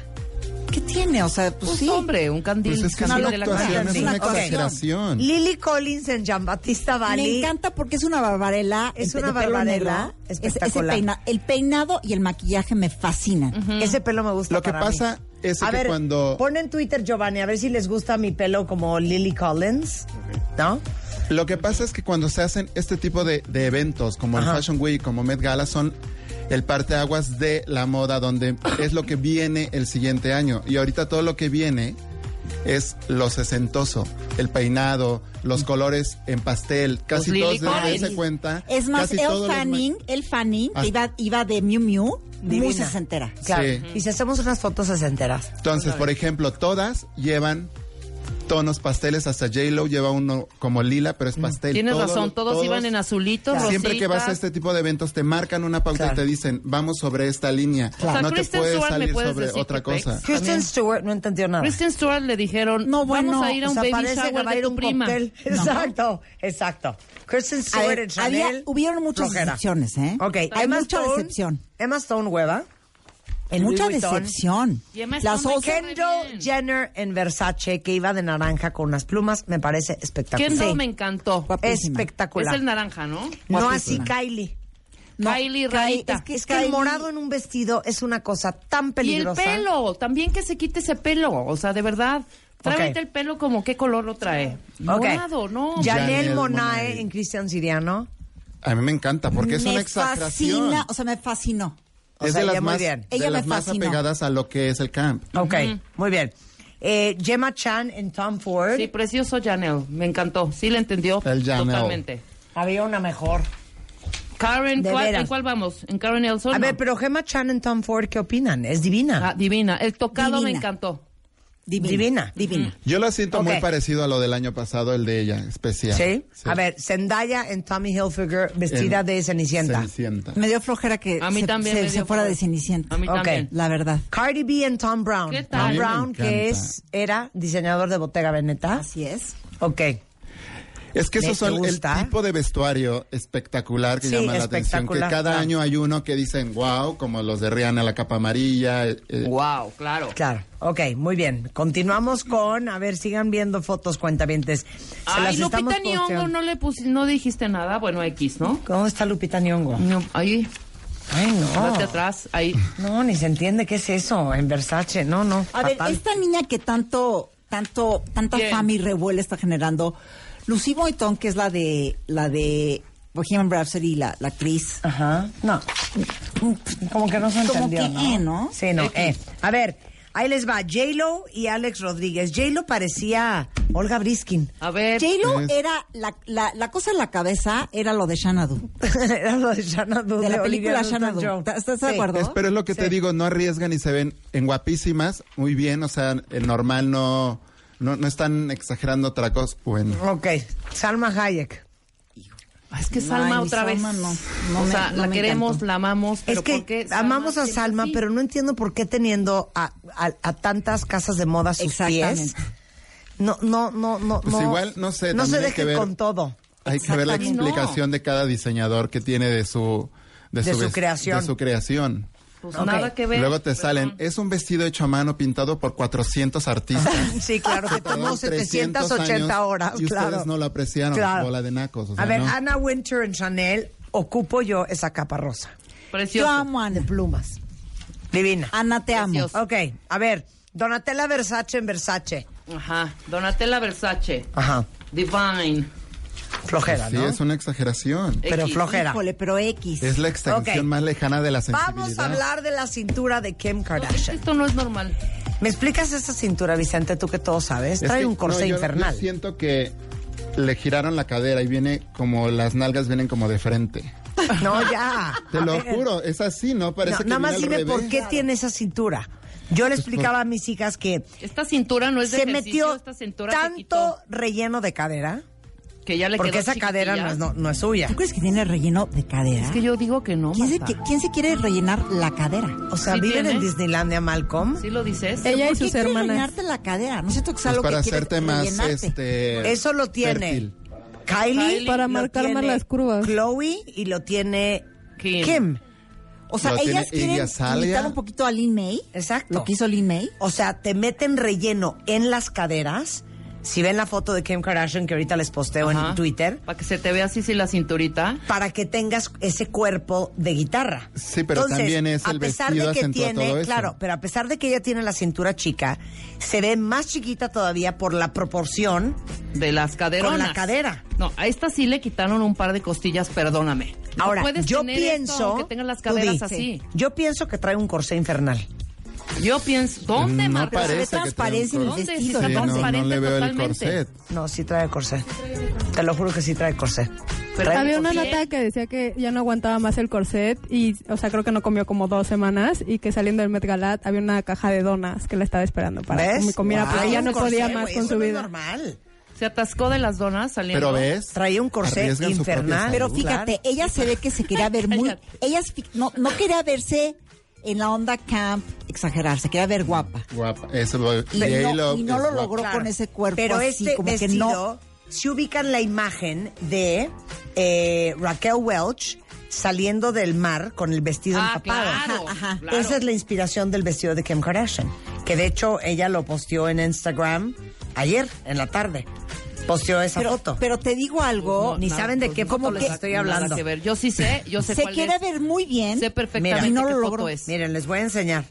Speaker 5: ¿Qué tiene? O sea, pues,
Speaker 4: Pues
Speaker 5: sí.
Speaker 4: hombre, un candil.
Speaker 3: Pues es que es
Speaker 4: candil
Speaker 3: una
Speaker 4: de la
Speaker 3: actuación,
Speaker 4: cara.
Speaker 3: es
Speaker 2: Sí.
Speaker 3: una
Speaker 2: Ok.
Speaker 3: exageración.
Speaker 2: Lily Collins en Giambattista
Speaker 5: Me
Speaker 2: Bali.
Speaker 5: encanta porque es una barbarela.
Speaker 2: Es
Speaker 5: de
Speaker 2: una
Speaker 5: pelo
Speaker 2: barbarela
Speaker 5: negro. Es- ese
Speaker 2: espectacular.
Speaker 5: peina- el peinado y el maquillaje me fascinan.
Speaker 2: Ese pelo me gusta.
Speaker 3: Lo que
Speaker 2: para mí.
Speaker 3: pasa es
Speaker 2: a
Speaker 3: que
Speaker 2: ver,
Speaker 3: cuando-
Speaker 2: Pon en Twitter, Giovanni, a ver si les gusta mi pelo como Lily Collins. ¿No?
Speaker 3: Lo que pasa es que cuando se hacen este tipo de, de eventos, como
Speaker 2: Ajá.
Speaker 3: el Fashion Week, como Met Gala, son el parteaguas de la moda, donde es lo que viene el siguiente año. Y ahorita todo lo que viene es lo sesentoso, el peinado, los colores en pastel, casi
Speaker 4: Lily
Speaker 3: todos deben
Speaker 4: Collins.
Speaker 3: darse cuenta.
Speaker 5: Es más,
Speaker 3: casi
Speaker 5: el
Speaker 3: todos los ma-
Speaker 5: Fanning, el Fanning que
Speaker 3: Ah.
Speaker 5: iba, iba de Miu Miu, muy
Speaker 2: Divina.
Speaker 5: sesentera.
Speaker 2: Claro.
Speaker 3: Sí.
Speaker 2: Y si hacemos unas fotos sesenteras.
Speaker 3: Entonces, por ejemplo, todas llevan tonos pasteles, hasta J-Lo lleva uno como lila, pero es pastel.
Speaker 4: Mm. Tienes
Speaker 3: Todo-
Speaker 4: razón, todos, iban en azulitos,
Speaker 3: Siempre que vas a este tipo de eventos te marcan una pauta
Speaker 2: Claro.
Speaker 3: y te dicen, vamos sobre esta línea.
Speaker 4: sea,
Speaker 3: no te
Speaker 4: Kristen
Speaker 3: puedes
Speaker 4: Stewart me
Speaker 3: salir
Speaker 4: puedes
Speaker 3: sobre
Speaker 4: decir
Speaker 3: otra
Speaker 4: que
Speaker 3: cosa.
Speaker 4: pex.
Speaker 2: Kristen Stewart no entendió nada.
Speaker 4: Kristen Stewart le dijeron,
Speaker 5: No, bueno,
Speaker 4: vamos a ir a
Speaker 2: O
Speaker 4: un
Speaker 2: sea,
Speaker 4: baby
Speaker 2: parece que
Speaker 4: shower
Speaker 2: va a
Speaker 4: de
Speaker 2: ir
Speaker 4: tu
Speaker 2: un
Speaker 4: prima.
Speaker 2: cóctel. Exacto, exacto. Kristen
Speaker 5: A
Speaker 2: Stewart
Speaker 5: ver,
Speaker 2: en Chanel.
Speaker 5: había- hubieron muchas
Speaker 2: flojera.
Speaker 5: excepciones, ¿eh?
Speaker 2: Ok,
Speaker 5: Hay
Speaker 2: Emma
Speaker 5: mucha
Speaker 2: Stone-
Speaker 5: decepción.
Speaker 2: Emma Stone hueva. En
Speaker 5: Mucha
Speaker 2: Louis Vuitton.
Speaker 5: decepción.
Speaker 4: Y Emma
Speaker 5: Las
Speaker 4: Stone me
Speaker 5: Olsen-
Speaker 4: cae Muy
Speaker 2: Kendall
Speaker 4: bien.
Speaker 2: Jenner en Versace, que iba de naranja con unas plumas, me parece espectacular.
Speaker 4: Kendall
Speaker 2: Sí.
Speaker 4: me encantó.
Speaker 5: Guapísima.
Speaker 4: Es
Speaker 2: Espectacular.
Speaker 4: el naranja, ¿no?
Speaker 2: no así
Speaker 5: guapísima.
Speaker 2: Kylie.
Speaker 4: Kylie
Speaker 5: Kai-
Speaker 4: rarita.
Speaker 5: Es que,
Speaker 2: Es que el
Speaker 5: Kylie-
Speaker 2: morado en un vestido es una cosa tan
Speaker 4: Y el
Speaker 2: peligrosa.
Speaker 4: pelo, también que se quite ese pelo, o sea, de verdad. Trae
Speaker 2: Ok.
Speaker 4: ahorita el pelo como qué color lo trae.
Speaker 2: Ok.
Speaker 4: Morado, no.
Speaker 2: Janelle Monae
Speaker 3: Janelle Monáe.
Speaker 2: en Cristian Siriano.
Speaker 3: A mí me encanta porque es
Speaker 5: me
Speaker 3: una exageración.
Speaker 5: fascina, o sea, me fascinó.
Speaker 2: O
Speaker 3: es
Speaker 2: sea,
Speaker 3: de
Speaker 2: ella
Speaker 3: las,
Speaker 2: muy
Speaker 3: más,
Speaker 2: bien.
Speaker 3: de
Speaker 5: Ella me
Speaker 3: las más
Speaker 5: fascinó.
Speaker 3: apegadas a lo que es el camp.
Speaker 2: Ok, muy bien. Eh, Gemma Chan en Tom Ford.
Speaker 4: Sí, precioso Janelle, me encantó. Sí le entendió
Speaker 3: El Janelle.
Speaker 4: totalmente.
Speaker 2: Había una mejor.
Speaker 4: Karen,
Speaker 2: De
Speaker 4: ¿cuál,
Speaker 2: veras.
Speaker 4: ¿en cuál vamos? ¿En Karen Elson?
Speaker 2: A ver, pero Gemma Chan en Tom Ford, ¿qué opinan? Es divina.
Speaker 4: Ah, divina. El tocado me
Speaker 5: Divina.
Speaker 4: encantó.
Speaker 5: Divina.
Speaker 2: Divina.
Speaker 5: Divina.
Speaker 3: Yo lo siento
Speaker 2: Ok.
Speaker 3: muy parecido a lo del año pasado, el de ella, especial.
Speaker 2: ¿Sí? A ver, Zendaya en Tommy Hilfiger vestida
Speaker 3: En
Speaker 2: de Cenicienta.
Speaker 3: Cenicienta.
Speaker 5: Me dio flojera que
Speaker 4: A mí
Speaker 5: se,
Speaker 4: también
Speaker 5: se-
Speaker 4: me
Speaker 5: se
Speaker 4: dio
Speaker 5: fuera
Speaker 4: flojera.
Speaker 5: de Cenicienta.
Speaker 4: A mí
Speaker 2: Ok.
Speaker 4: también.
Speaker 5: La verdad.
Speaker 2: Cardi B en Tom Brown.
Speaker 4: ¿Qué tal? A
Speaker 2: Tom
Speaker 4: mí me
Speaker 2: Brown, que
Speaker 3: encanta.
Speaker 2: es, era diseñador de Bottega Veneta.
Speaker 5: Así es.
Speaker 2: Ok.
Speaker 3: Es que
Speaker 2: ¿Te-
Speaker 3: esos
Speaker 2: te
Speaker 3: son el
Speaker 2: gusta?
Speaker 3: tipo de vestuario espectacular que
Speaker 2: Sí,
Speaker 3: llama la atención. Que
Speaker 2: espectacular, Ah.
Speaker 3: cada
Speaker 2: claro.
Speaker 3: año hay uno que dicen wow, como los de Rihanna, la capa amarilla. eh, eh,
Speaker 4: Wow, claro.
Speaker 2: Claro, ok, muy bien. Continuamos con, a ver, sigan viendo fotos cuentavientes. Se
Speaker 4: Ay,
Speaker 2: las
Speaker 4: Lupita
Speaker 2: estamos
Speaker 4: Nyong'o,
Speaker 2: posteando.
Speaker 4: no le pusi- no dijiste nada. Bueno, X, ¿no?
Speaker 2: ¿Cómo está Lupita Nyong'o?
Speaker 4: No, ahí,
Speaker 2: Ay,
Speaker 4: date
Speaker 2: no.
Speaker 4: atrás, ahí.
Speaker 2: No, ni se entiende qué es eso en Versace. No, no.
Speaker 5: A ver,
Speaker 2: fatal.
Speaker 5: esta niña que tanto, tanto, tanta
Speaker 4: ¿Quién?
Speaker 5: fama y revuelo está generando, Lucy Boyton, que es la de, la de Bohemian Rhapsody, la, la actriz.
Speaker 2: Ajá. No, como que no se
Speaker 5: Como
Speaker 2: entendió,
Speaker 5: que,
Speaker 2: ¿no?
Speaker 5: eh, ¿no?
Speaker 2: Sí, no, eh. A ver, ahí les va J-Lo y Alex Rodríguez. J-Lo parecía Olga Briskin.
Speaker 4: A
Speaker 6: Eh,
Speaker 4: ver.
Speaker 5: J-Lo
Speaker 3: Es-
Speaker 5: era, la, la, la cosa en la cabeza era lo de Xanadu.
Speaker 2: Era lo de Shana Du,
Speaker 5: De la
Speaker 2: Olivia
Speaker 5: película
Speaker 2: Newton-John.
Speaker 5: Xanadu. ¿Estás- estás de
Speaker 2: Sí.
Speaker 5: acuerdo?
Speaker 3: es- pero es lo que te digo, no arriesgan y se ven en guapísimas, muy bien, o sea, el normal no, no, no están exagerando otra cosa. Bueno,
Speaker 2: Ok, Salma Hayek.
Speaker 4: Ay, Ah, Es que Salma
Speaker 5: Ay, mi
Speaker 4: otra vez.
Speaker 5: Salma no. No
Speaker 4: o
Speaker 5: me-
Speaker 4: sea,
Speaker 5: no
Speaker 4: la
Speaker 5: me
Speaker 4: queremos,
Speaker 5: encantó.
Speaker 4: la amamos, pero
Speaker 2: Es que
Speaker 4: ¿por qué
Speaker 2: amamos a
Speaker 4: siempre
Speaker 2: Salma,
Speaker 4: así?
Speaker 2: pero no entiendo por qué teniendo a, a- a tantas casas de moda sus pies.
Speaker 5: Exactamente.
Speaker 2: No, no, no, no.
Speaker 3: pues igual, no sé,
Speaker 2: No se
Speaker 3: también hay
Speaker 2: deje
Speaker 3: que ver,
Speaker 2: con todo.
Speaker 3: Hay que ver la
Speaker 4: Exactamente. No.
Speaker 3: explicación de cada diseñador que tiene de su...
Speaker 2: De su
Speaker 3: ves-
Speaker 2: creación.
Speaker 3: De su creación.
Speaker 4: Pues
Speaker 2: Ok.
Speaker 4: nada que ver.
Speaker 3: Luego te salen, es un vestido hecho a mano pintado por 400 artistas.
Speaker 2: Sí, claro, que tomó
Speaker 3: Tardaron 300
Speaker 2: 780
Speaker 3: años
Speaker 2: horas,
Speaker 3: y
Speaker 2: claro.
Speaker 3: ustedes no lo apreciaron, bola de nacos, o sea,
Speaker 2: a ver,
Speaker 3: no.
Speaker 2: Anna Winter en Chanel, ocupo yo esa capa rosa.
Speaker 5: Yo
Speaker 4: Precioso.
Speaker 5: amo a Ana.
Speaker 2: Plumas. Divina.
Speaker 5: Ana, te amo.
Speaker 4: Precioso.
Speaker 2: Ok, a ver, Donatella Versace en Versace.
Speaker 4: Ajá. Donatella Versace.
Speaker 2: Ajá,
Speaker 4: Divine.
Speaker 2: flojera,
Speaker 3: Ah, Sí,
Speaker 2: ¿no?
Speaker 3: es una exageración.
Speaker 2: Pero
Speaker 4: X.
Speaker 2: flojera.
Speaker 5: Híjole, pero X.
Speaker 3: Es la extensión
Speaker 2: Ok.
Speaker 3: más lejana de la sensibilidad.
Speaker 2: Vamos a hablar de la cintura de Kim
Speaker 4: No, es que
Speaker 2: Kardashian.
Speaker 4: esto no es normal.
Speaker 2: ¿Me explicas esa cintura, Vicente? Tú que todo sabes.
Speaker 3: Es
Speaker 2: Trae
Speaker 3: que,
Speaker 2: un
Speaker 3: no,
Speaker 2: corsé
Speaker 3: yo- yo
Speaker 2: infernal.
Speaker 3: siento que le giraron la cadera y viene como las nalgas vienen como de frente.
Speaker 2: No, ya.
Speaker 3: Te
Speaker 2: A
Speaker 3: lo
Speaker 2: ver.
Speaker 3: juro, es así, ¿no?
Speaker 2: No,
Speaker 3: Parece que
Speaker 2: nada
Speaker 3: viene
Speaker 2: más
Speaker 3: al
Speaker 2: dime
Speaker 3: revés. Pues,
Speaker 2: por qué tiene esa cintura. Yo le explicaba a mis hijas que
Speaker 4: Esta cintura no es de
Speaker 2: se
Speaker 4: ejercicio,
Speaker 2: metió
Speaker 4: esta cintura se
Speaker 2: tanto
Speaker 4: quitó,
Speaker 2: relleno de cadera,
Speaker 4: que ya le
Speaker 2: porque
Speaker 4: quedó
Speaker 2: esa cadera no
Speaker 4: chiquitilla.
Speaker 2: es, no- no es suya.
Speaker 5: ¿Tú crees que tiene relleno de cadera?
Speaker 4: Es que yo digo que no,
Speaker 5: ¿Quién, se,
Speaker 4: Marta.
Speaker 5: qui- quién se quiere rellenar la cadera?
Speaker 2: O sea,
Speaker 4: Sí
Speaker 2: viven en
Speaker 4: tiene.
Speaker 2: Disneylandia, Malcolm.
Speaker 4: ¿Sí lo dices?
Speaker 6: Ella y
Speaker 5: ¿Por qué
Speaker 6: sus
Speaker 5: quieres
Speaker 6: hermanas.
Speaker 5: rellenarte la cadera? No siento que sea
Speaker 3: Pues
Speaker 5: lo
Speaker 3: para
Speaker 5: que quieres
Speaker 3: hacerte más
Speaker 5: rellenarte.
Speaker 3: este
Speaker 2: Eso lo tiene
Speaker 3: fértil.
Speaker 2: Kylie,
Speaker 4: Kylie.
Speaker 6: Para
Speaker 2: lo
Speaker 6: marcar más
Speaker 2: tiene
Speaker 6: las curvas.
Speaker 2: Chloe y lo tiene Kim.
Speaker 4: Kim.
Speaker 5: O sea,
Speaker 3: Lo tiene
Speaker 5: ellas
Speaker 3: Iggy
Speaker 5: quieren
Speaker 3: Azalea.
Speaker 5: imitar un poquito a Lin May.
Speaker 2: Exacto.
Speaker 5: Lo que hizo Lin May.
Speaker 2: O sea, te meten relleno en las caderas. Si ven la foto de Kim Kardashian que ahorita les posteo en
Speaker 4: Ajá.
Speaker 2: Twitter,
Speaker 4: Para que se te vea así, sí, la cinturita.
Speaker 2: para que tengas ese cuerpo de guitarra.
Speaker 3: Sí, pero también es el
Speaker 2: a pesar
Speaker 3: vestido
Speaker 2: de que
Speaker 3: acentúa
Speaker 2: tiene,
Speaker 3: todo eso.
Speaker 2: claro, pero a pesar de que ella tiene la cintura chica, se ve más chiquita todavía por la proporción.
Speaker 4: De las caderas.
Speaker 2: Con la cadera.
Speaker 4: No, a esta sí le quitaron un par de costillas, perdóname. No
Speaker 2: Ahora,
Speaker 4: puedes
Speaker 2: yo
Speaker 4: tener esto,
Speaker 2: pienso
Speaker 4: aunque tengas las
Speaker 2: Tú
Speaker 4: caderas
Speaker 2: di,
Speaker 4: así.
Speaker 2: Yo pienso que trae un corsé infernal.
Speaker 4: Yo pienso, ¿dónde,
Speaker 3: No
Speaker 4: Marta?
Speaker 5: Se ve
Speaker 3: parece. que trae un
Speaker 5: transparencia en el
Speaker 4: corset.
Speaker 5: vestido.
Speaker 4: ¿Dónde?
Speaker 3: Sí, no,
Speaker 4: Está
Speaker 5: entonces.
Speaker 3: no le
Speaker 4: transparente
Speaker 3: veo el
Speaker 4: totalmente.
Speaker 3: corset.
Speaker 2: No, sí trae corsé. Te lo juro que sí trae corsé.
Speaker 4: Pero
Speaker 2: Trae-
Speaker 6: Había
Speaker 4: ¿por
Speaker 6: una
Speaker 4: qué?
Speaker 6: nota que decía que ya no aguantaba más el corset y, o sea, creo que no comió como dos semanas y que saliendo del Met Gala había una caja de donas que la estaba esperando para
Speaker 2: ¿Ves?
Speaker 6: que me comiera
Speaker 2: Guau,
Speaker 6: porque ya
Speaker 2: un
Speaker 6: no podía
Speaker 2: corsé,
Speaker 6: más
Speaker 2: güey,
Speaker 6: con
Speaker 2: eso
Speaker 6: su
Speaker 2: no es
Speaker 6: vida.
Speaker 2: normal.
Speaker 4: Se atascó de las donas saliendo.
Speaker 3: Pero ves,
Speaker 2: Traía un corsé
Speaker 3: arriesgan su propia
Speaker 2: infernal.
Speaker 3: salud.
Speaker 5: Pero fíjate, ella se ve que se quería ver muy... Ella se fi- no, no quería verse en la onda camp, exagerar, se quería ver guapa.
Speaker 3: guapa, eso lo-
Speaker 5: Y, no,
Speaker 3: J-Lo
Speaker 5: y no
Speaker 3: es
Speaker 5: lo
Speaker 3: guapa.
Speaker 5: logró con ese cuerpo
Speaker 2: Pero
Speaker 5: así,
Speaker 2: este
Speaker 5: como
Speaker 2: vestido,
Speaker 5: que no...
Speaker 2: si ubican la imagen de eh, Raquel Welch saliendo del mar con el vestido
Speaker 4: Ah,
Speaker 2: empapado.
Speaker 4: claro, claro.
Speaker 2: Esa es la inspiración del vestido de Kim Kardashian, que de hecho ella lo posteó en Instagram ayer en la tarde. Posteó esa
Speaker 5: Pero,
Speaker 2: foto.
Speaker 5: pero te digo algo,
Speaker 2: Ni saben de qué
Speaker 4: como
Speaker 2: foto les estoy hablando.
Speaker 4: que ver. Yo sí sé, yo sé
Speaker 5: se
Speaker 4: cuál
Speaker 5: quiere
Speaker 4: es.
Speaker 5: ver muy bien.
Speaker 4: Sé
Speaker 2: Mira,
Speaker 4: perfectamente
Speaker 2: y
Speaker 5: no
Speaker 4: qué
Speaker 5: lo
Speaker 4: foto
Speaker 5: logró.
Speaker 4: es.
Speaker 2: Pues, Miren, les voy a enseñar.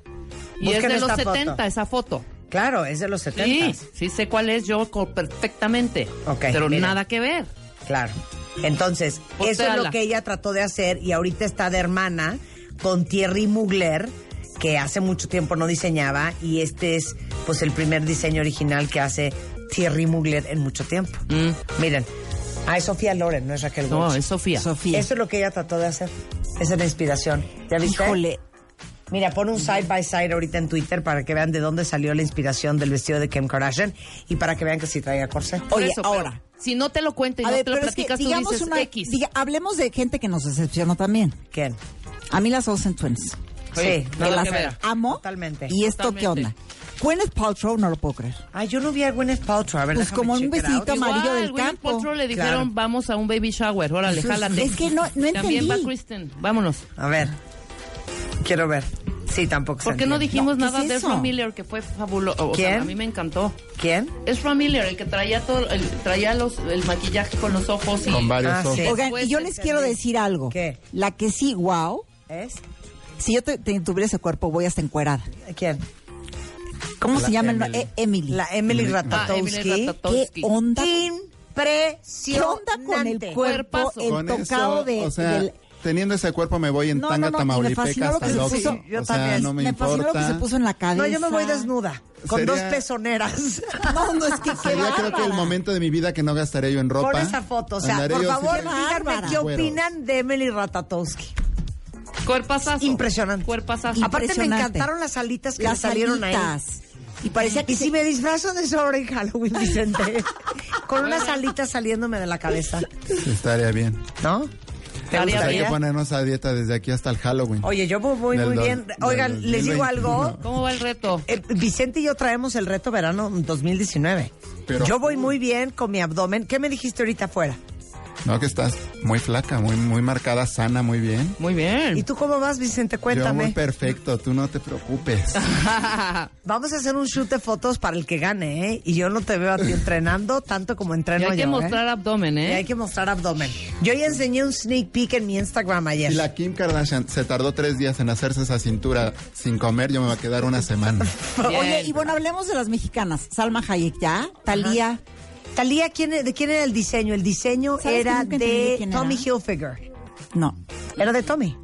Speaker 4: y es
Speaker 2: Busquen
Speaker 4: de los
Speaker 2: esta foto.
Speaker 4: 70 esa foto.
Speaker 2: Claro, es de los 70.
Speaker 4: Sí, sí sé cuál es yo co- perfectamente.
Speaker 2: Ok,
Speaker 4: pero
Speaker 2: mira.
Speaker 4: nada que ver.
Speaker 2: Claro. Entonces, eso es
Speaker 4: Postéala.
Speaker 2: lo que ella trató de hacer y ahorita está de hermana con Thierry Mugler, que hace mucho tiempo no diseñaba y este es pues el primer diseño original que hace Thierry Mugler en mucho tiempo.
Speaker 4: Mm,
Speaker 2: Miren, ah, es Sofía Loren, no es Raquel
Speaker 4: No,
Speaker 2: Welch.
Speaker 4: es Sofía.
Speaker 5: Sofía.
Speaker 2: Eso es lo que ella trató de hacer. Esa es la inspiración. ¿Ya viste?
Speaker 5: Híjole,
Speaker 2: Mira, pon un side by side ahorita en Twitter para que vean de dónde salió la inspiración del vestido de Kim Kardashian y para que vean que sí traía corset.
Speaker 4: Por
Speaker 5: Oye,
Speaker 4: eso, pero
Speaker 5: ahora.
Speaker 4: Si no te lo cuento y
Speaker 5: A
Speaker 4: no
Speaker 5: ver,
Speaker 4: te lo
Speaker 5: pero es que
Speaker 4: platicas, tú
Speaker 5: digamos
Speaker 4: dices
Speaker 5: una.
Speaker 4: X.
Speaker 5: diga- hablemos de gente que nos decepcionó también.
Speaker 2: ¿Quién?
Speaker 5: A mí las Olsen Twins.
Speaker 2: Sí,
Speaker 4: Oye,
Speaker 2: que
Speaker 5: Que
Speaker 4: nada
Speaker 5: las
Speaker 4: que ver.
Speaker 5: amo.
Speaker 2: Totalmente.
Speaker 5: ¿Y esto
Speaker 4: Totalmente.
Speaker 5: qué onda? Gwyneth Paltrow no lo puedo creer.
Speaker 2: Ay, yo no vi a Gwyneth Paltrow. A ver,
Speaker 5: Pues
Speaker 2: déjame
Speaker 5: como un
Speaker 2: checar
Speaker 5: besito
Speaker 2: out.
Speaker 5: Igual, amarillo del
Speaker 4: Gwyneth
Speaker 5: campo.
Speaker 4: Paltrow le dijeron,
Speaker 2: Claro.
Speaker 4: vamos a un baby shower, órale,
Speaker 5: Es-
Speaker 4: jálate.
Speaker 5: es que no- no
Speaker 4: También va
Speaker 5: entendí.
Speaker 4: Kristen, vámonos.
Speaker 2: A ver. Quiero ver. Sí, tampoco
Speaker 4: ¿Por
Speaker 2: se
Speaker 4: qué no
Speaker 2: entiende.
Speaker 4: dijimos
Speaker 5: No, ¿qué
Speaker 4: nada
Speaker 5: es
Speaker 4: de
Speaker 5: eso?
Speaker 4: Ezra Miller, que fue fabuloso? O
Speaker 2: ¿Quién?
Speaker 4: sea, a mí me encantó.
Speaker 2: ¿Quién?
Speaker 4: Ezra Miller, el que traía todo, el, traía los, el maquillaje con los ojos y...
Speaker 3: Con varios
Speaker 2: Ah, sí.
Speaker 3: ojos.
Speaker 5: Oigan,
Speaker 4: Después
Speaker 5: y yo les
Speaker 4: entendí.
Speaker 5: quiero decir algo.
Speaker 2: ¿Qué?
Speaker 5: La que sí, wow.
Speaker 2: ¿Es?
Speaker 5: Si yo te, te- tuviera ese cuerpo, voy hasta encuerada.
Speaker 2: ¿Quién?
Speaker 5: ¿Cómo
Speaker 3: La
Speaker 5: se llama? el no-
Speaker 3: Emily.
Speaker 5: eh, Emily.
Speaker 2: La Emily
Speaker 4: Ah, Emily
Speaker 2: Ratatowski.
Speaker 5: ¿Qué
Speaker 4: Ratatowski.
Speaker 5: onda?
Speaker 2: Impresionante.
Speaker 5: ¿Qué onda con el cuerpo,
Speaker 4: Cuerpazo.
Speaker 5: el
Speaker 3: Con
Speaker 5: tocado
Speaker 3: eso,
Speaker 5: de,
Speaker 3: o sea,
Speaker 5: del-
Speaker 3: teniendo ese cuerpo me voy en
Speaker 5: No,
Speaker 3: tanga
Speaker 5: no, no, y me
Speaker 3: tamaulipeca
Speaker 5: fascinó lo que
Speaker 3: hasta
Speaker 5: se
Speaker 3: Loxi.
Speaker 5: puso.
Speaker 2: Yo
Speaker 3: o sea,
Speaker 2: también.
Speaker 3: no me,
Speaker 5: fascinó lo que
Speaker 3: importa.
Speaker 5: se puso en la cabeza.
Speaker 2: No, yo me voy desnuda. Con
Speaker 3: Sería-
Speaker 2: dos pezoneras.
Speaker 5: No, no, es que qué
Speaker 3: Sería creo que el
Speaker 5: bárbara.
Speaker 3: momento de mi vida que no gastaré yo en ropa.
Speaker 2: Con esa foto. O sea,
Speaker 3: Andaré
Speaker 2: por
Speaker 3: yo
Speaker 2: favor,
Speaker 3: siempre
Speaker 2: díganme
Speaker 5: bárbara.
Speaker 2: qué
Speaker 3: Güeros.
Speaker 2: opinan de Emily Ratatowski.
Speaker 4: Cuerpazazo.
Speaker 2: Impresionante. Ah,
Speaker 4: Cuerpazazo.
Speaker 2: Aparte me
Speaker 5: Impresionante.
Speaker 2: encantaron las alitas que le
Speaker 5: Las
Speaker 2: salieron ahí.
Speaker 5: alitas. Y parecía que
Speaker 2: Y si
Speaker 5: sí.
Speaker 2: me disfrazo de eso ahora en Halloween, Vicente. con unas alitas saliéndome de la cabeza.
Speaker 3: Estaría bien.
Speaker 2: ¿No? ¿Te
Speaker 3: Pues
Speaker 4: Estaría
Speaker 3: hay
Speaker 4: bien.
Speaker 3: que ponernos a dieta desde aquí hasta el Halloween.
Speaker 2: Oye, yo voy voy
Speaker 3: Del
Speaker 2: muy
Speaker 3: dos-
Speaker 2: bien.
Speaker 3: del
Speaker 2: Oigan, les digo
Speaker 3: 2021.
Speaker 2: algo.
Speaker 4: ¿Cómo va el reto?
Speaker 2: Eh, Vicente y yo traemos el reto verano 2019.
Speaker 3: Pero-
Speaker 2: yo voy muy bien con mi abdomen. ¿Qué me dijiste ahorita afuera?
Speaker 3: No, que estás muy flaca, muy, muy marcada, sana, muy bien.
Speaker 4: Muy bien.
Speaker 2: ¿Y tú cómo vas, Vicente?
Speaker 3: Yo
Speaker 2: Cuéntame.
Speaker 3: muy perfecto, tú no te preocupes.
Speaker 2: Vamos a hacer un shoot de fotos para el que gane, ¿eh? Y yo no te veo a ti entrenando tanto como
Speaker 4: Y
Speaker 2: entreno
Speaker 4: hay
Speaker 2: yo.
Speaker 4: que
Speaker 2: ¿eh?
Speaker 4: mostrar abdomen,
Speaker 2: Y hay
Speaker 4: ¿eh?
Speaker 2: que mostrar abdomen. Yo ya enseñé un sneak peek en mi Instagram ayer.
Speaker 3: Y la Kim Kardashian se tardó tres días en hacerse esa cintura sin comer, yo me voy a quedar una semana.
Speaker 4: Bien.
Speaker 5: Oye, y bueno, hablemos de las mexicanas. Salma Hayek, ¿ya? Talía.
Speaker 2: Talía, ¿quién, e- ¿de quién era el diseño? El diseño
Speaker 5: ¿Sabes que
Speaker 2: era
Speaker 5: nunca entendí
Speaker 2: de
Speaker 5: quién era?
Speaker 2: Tommy Hilfiger.
Speaker 5: No.
Speaker 2: Era de Tommy.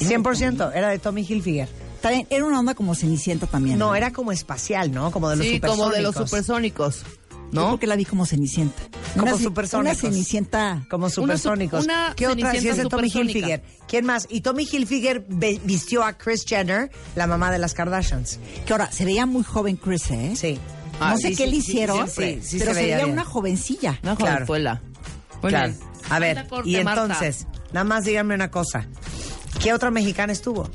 Speaker 2: 100% era de Tommy Hilfiger.
Speaker 5: También era una onda como Cenicienta también.
Speaker 2: No, era como espacial, ¿no? Como de los
Speaker 4: sí, como de los
Speaker 2: supersónicos.
Speaker 4: supersónicos.
Speaker 5: Yo
Speaker 4: ¿No?
Speaker 5: creo que la vi como Cenicienta.
Speaker 2: Como
Speaker 5: Una ce-
Speaker 2: supersónicos.
Speaker 5: Una Cenicienta.
Speaker 2: Como supersónicos.
Speaker 4: una
Speaker 2: ¿Qué otra? Si
Speaker 4: Cenicienta
Speaker 2: es de Tommy
Speaker 4: supersónica.
Speaker 2: Hilfiger. ¿Quién más? Y Tommy Hilfiger ve- vistió a Chris Jenner, la mamá de las Kardashians.
Speaker 5: Que ahora, se veía muy joven Chris, ¿eh?
Speaker 2: Sí.
Speaker 4: Ah,
Speaker 5: no sé
Speaker 4: sí,
Speaker 5: qué
Speaker 4: sí,
Speaker 5: le
Speaker 4: sí, sí,
Speaker 5: hicieron,
Speaker 2: siempre. Sí, sí
Speaker 5: pero
Speaker 2: se
Speaker 5: se,
Speaker 2: veía
Speaker 5: veía
Speaker 2: bien.
Speaker 5: una jovencilla.
Speaker 4: Una
Speaker 2: Claro.
Speaker 4: jovenzuela. Muy
Speaker 2: Claro.
Speaker 4: bien.
Speaker 2: A ver,
Speaker 4: Anda, corte,
Speaker 2: y
Speaker 4: Marta.
Speaker 2: entonces, nada más díganme una cosa. ¿Qué otra mexicana estuvo?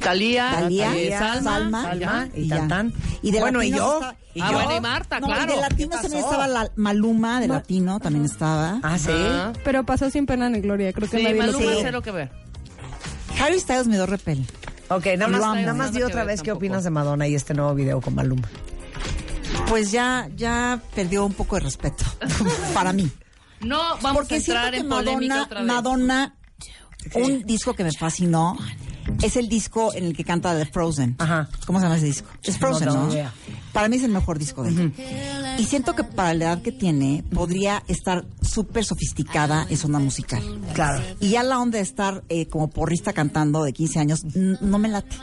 Speaker 4: Talía,
Speaker 5: Ah, Talía,
Speaker 4: eh, Salma,
Speaker 5: Salma,
Speaker 2: Alma
Speaker 4: Salma.
Speaker 2: y
Speaker 5: ya.
Speaker 2: Tantán.
Speaker 5: Y de
Speaker 2: bueno, y
Speaker 5: latinos
Speaker 2: yo.
Speaker 5: estaba-
Speaker 2: y
Speaker 4: Ah,
Speaker 2: yo.
Speaker 4: bueno, y Marta,
Speaker 5: No,
Speaker 4: claro.
Speaker 5: y de latino también
Speaker 2: pasó?
Speaker 5: estaba la- Maluma, de latino también estaba.
Speaker 2: Ah, sí.
Speaker 4: Ah.
Speaker 6: Pero pasó sin pena ni gloria. Creo que
Speaker 4: Sí,
Speaker 6: nadie lo
Speaker 4: Maluma
Speaker 6: pudo.
Speaker 4: cero que ver.
Speaker 5: Harry Styles me dio repel.
Speaker 2: Ok, nada
Speaker 5: Lo
Speaker 2: más,
Speaker 5: amo.
Speaker 2: nada más di
Speaker 4: Nada que
Speaker 2: otra
Speaker 4: ver
Speaker 2: vez qué
Speaker 4: tampoco.
Speaker 2: opinas de Madonna y este nuevo video con Maluma.
Speaker 5: Pues ya, ya perdió un poco de respeto para mí.
Speaker 4: No, vamos
Speaker 5: Porque
Speaker 4: a
Speaker 5: siento
Speaker 4: entrar
Speaker 5: que
Speaker 4: en polémica
Speaker 5: Madonna,
Speaker 4: otra vez.
Speaker 5: Madonna, un disco que me fascinó es el disco en el que canta de Frozen.
Speaker 2: Ajá.
Speaker 5: ¿Cómo se llama ese disco? Es
Speaker 2: No
Speaker 5: Frozen,
Speaker 2: tengo
Speaker 5: ¿no?
Speaker 2: idea.
Speaker 5: Para mí es el mejor disco de ella. Y siento que para la edad que tiene, podría estar súper sofisticada en su onda musical.
Speaker 2: Claro.
Speaker 5: Y ya la onda de estar eh, como porrista cantando de 15 años, n- no me late.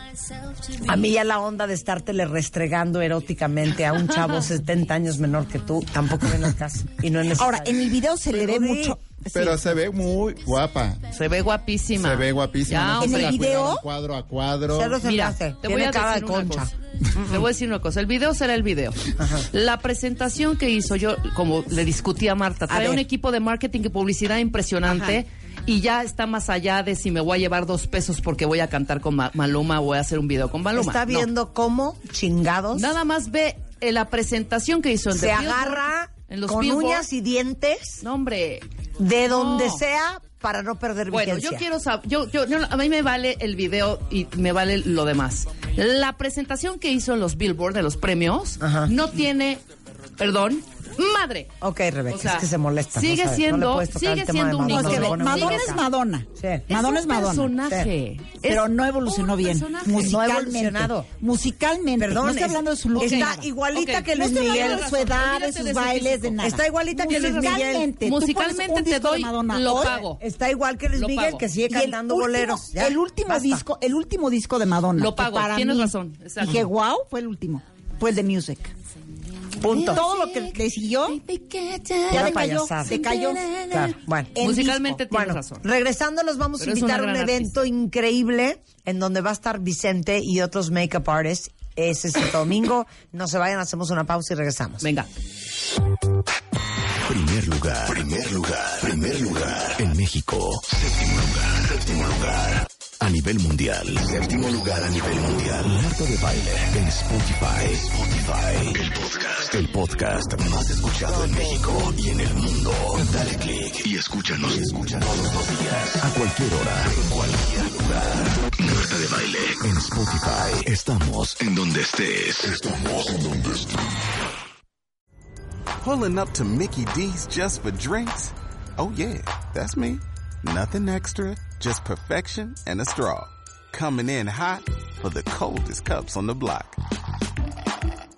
Speaker 2: A mí ya la onda de estártele restregando eróticamente a un chavo 70 años menor que tú, tampoco ven al caso. Y no es necesario.
Speaker 5: Ahora, en el video se le
Speaker 2: Pero
Speaker 5: ve
Speaker 2: di.
Speaker 5: mucho. sí.
Speaker 3: Pero se ve muy guapa.
Speaker 4: Se ve guapísima.
Speaker 3: Se ve guapísima.
Speaker 4: Ya,
Speaker 3: no
Speaker 5: ¿En
Speaker 3: se
Speaker 4: hombre.
Speaker 5: el
Speaker 3: la
Speaker 5: video?
Speaker 3: cuidaron Cuadro a cuadro.
Speaker 2: Cero se me
Speaker 4: Mira,
Speaker 2: hace.
Speaker 4: te
Speaker 2: Tiene
Speaker 4: voy a
Speaker 2: cara
Speaker 4: decir
Speaker 2: de
Speaker 4: una
Speaker 2: concha.
Speaker 4: cosa. Te voy a decir una cosa. El video será el video. La presentación que hizo yo, como le discutí a Marta, trae
Speaker 5: ver.
Speaker 4: un equipo de marketing y publicidad impresionante. Y ya está más allá de si me voy a llevar dos pesos porque voy a cantar con Ma- Maluma o voy a hacer un video con Maluma.
Speaker 2: Está
Speaker 4: No.
Speaker 2: viendo cómo chingados
Speaker 4: Nada más ve eh, la presentación que hizo. en
Speaker 2: se
Speaker 4: The Billboard,
Speaker 2: agarra
Speaker 4: en los
Speaker 2: con
Speaker 4: Billboard.
Speaker 2: uñas y dientes
Speaker 4: No, hombre.
Speaker 2: de donde
Speaker 4: No.
Speaker 2: sea para no perder
Speaker 4: Bueno,
Speaker 2: vigencia.
Speaker 4: yo quiero saber, yo, yo, yo- a mí me vale el video y me vale lo demás. La presentación que hizo en los Billboard de los premios
Speaker 2: Ajá.
Speaker 4: no tiene, perdón, madre.
Speaker 2: Ok, Rebeca,
Speaker 4: O sea,
Speaker 2: es que se molesta. no
Speaker 4: Sigue
Speaker 2: sabes, no le
Speaker 4: siendo,
Speaker 2: puedes tocar el
Speaker 4: sigue
Speaker 2: tema de
Speaker 4: siendo un
Speaker 5: No, es
Speaker 2: Madonna,
Speaker 5: que
Speaker 2: se
Speaker 4: ídolo.
Speaker 2: pone
Speaker 4: Sigue
Speaker 2: muy
Speaker 5: Madonna
Speaker 4: siendo-
Speaker 5: es Madonna.
Speaker 2: Sí.
Speaker 4: Es
Speaker 5: Madonna es
Speaker 4: un
Speaker 5: Madonna.
Speaker 4: personaje. Es
Speaker 5: Pero no evolucionó
Speaker 4: un
Speaker 5: bien.
Speaker 4: personaje.
Speaker 2: No ha
Speaker 5: Musicalmente.
Speaker 2: evolucionado.
Speaker 5: musicalmente.
Speaker 2: Perdón,
Speaker 5: no estoy
Speaker 2: es-
Speaker 5: hablando de su look.
Speaker 2: está
Speaker 5: ni nada.
Speaker 2: igualita
Speaker 4: Ok,
Speaker 2: que
Speaker 5: no
Speaker 2: Luis
Speaker 5: estoy
Speaker 2: Miguel.
Speaker 5: hablando de su edad, de
Speaker 4: Olvídate
Speaker 5: sus
Speaker 4: de su
Speaker 5: bailes, de
Speaker 4: físico.
Speaker 5: nada.
Speaker 2: Está igualita que Luis Miguel.
Speaker 5: Musicalmente, tú pones
Speaker 4: Musicalmente
Speaker 5: un
Speaker 4: te
Speaker 5: disco de
Speaker 4: doy
Speaker 5: Madonna
Speaker 4: lo
Speaker 5: hoy
Speaker 4: pago.
Speaker 2: Está igual que Luis
Speaker 4: Lo
Speaker 2: Miguel,
Speaker 4: pago.
Speaker 2: que sigue
Speaker 5: y el
Speaker 2: cantando
Speaker 5: último-
Speaker 2: boleros. Ya,
Speaker 5: el último
Speaker 2: basta.
Speaker 5: disco, el último disco de Madonna.
Speaker 4: Lo
Speaker 5: que
Speaker 4: pago,
Speaker 5: para
Speaker 4: tienes
Speaker 5: mí,
Speaker 4: razón, exacto.
Speaker 5: Dije, wow, fue el último. Fue el de Music.
Speaker 2: Punto.
Speaker 5: Todo lo que le siguió, ya
Speaker 2: Una
Speaker 5: le cayó,
Speaker 2: payasada.
Speaker 5: se cayó.
Speaker 2: Claro, bueno.
Speaker 5: El
Speaker 4: Musicalmente tienes
Speaker 2: Bueno,
Speaker 4: razón.
Speaker 2: regresando los vamos a
Speaker 4: Pero es
Speaker 2: invitar a
Speaker 4: una
Speaker 2: un
Speaker 4: gran
Speaker 2: evento increíble en donde va a estar Vicente y otros make-up artists. Ese Es este domingo. No se vayan, hacemos una pausa y regresamos.
Speaker 4: Venga.
Speaker 1: Primer lugar. Primer lugar. Primer lugar. En México. Séptimo lugar. Séptimo lugar. a nivel mundial. Séptimo lugar a nivel mundial. Marta de Baile en Spotify. Spotify. El podcast. El podcast más escuchado en México y en el mundo. Dale click y escúchanos. Escúchanos todos los días. A cualquier hora. En cualquier lugar. Marta de Baile en Spotify. Estamos en donde estés. Estamos en donde estés.
Speaker 7: Pulling up to Mickey D's just for drinks? Oh, yeah, that's me. Nothing extra, just perfection and a straw. Coming in hot for the coldest cups on the block.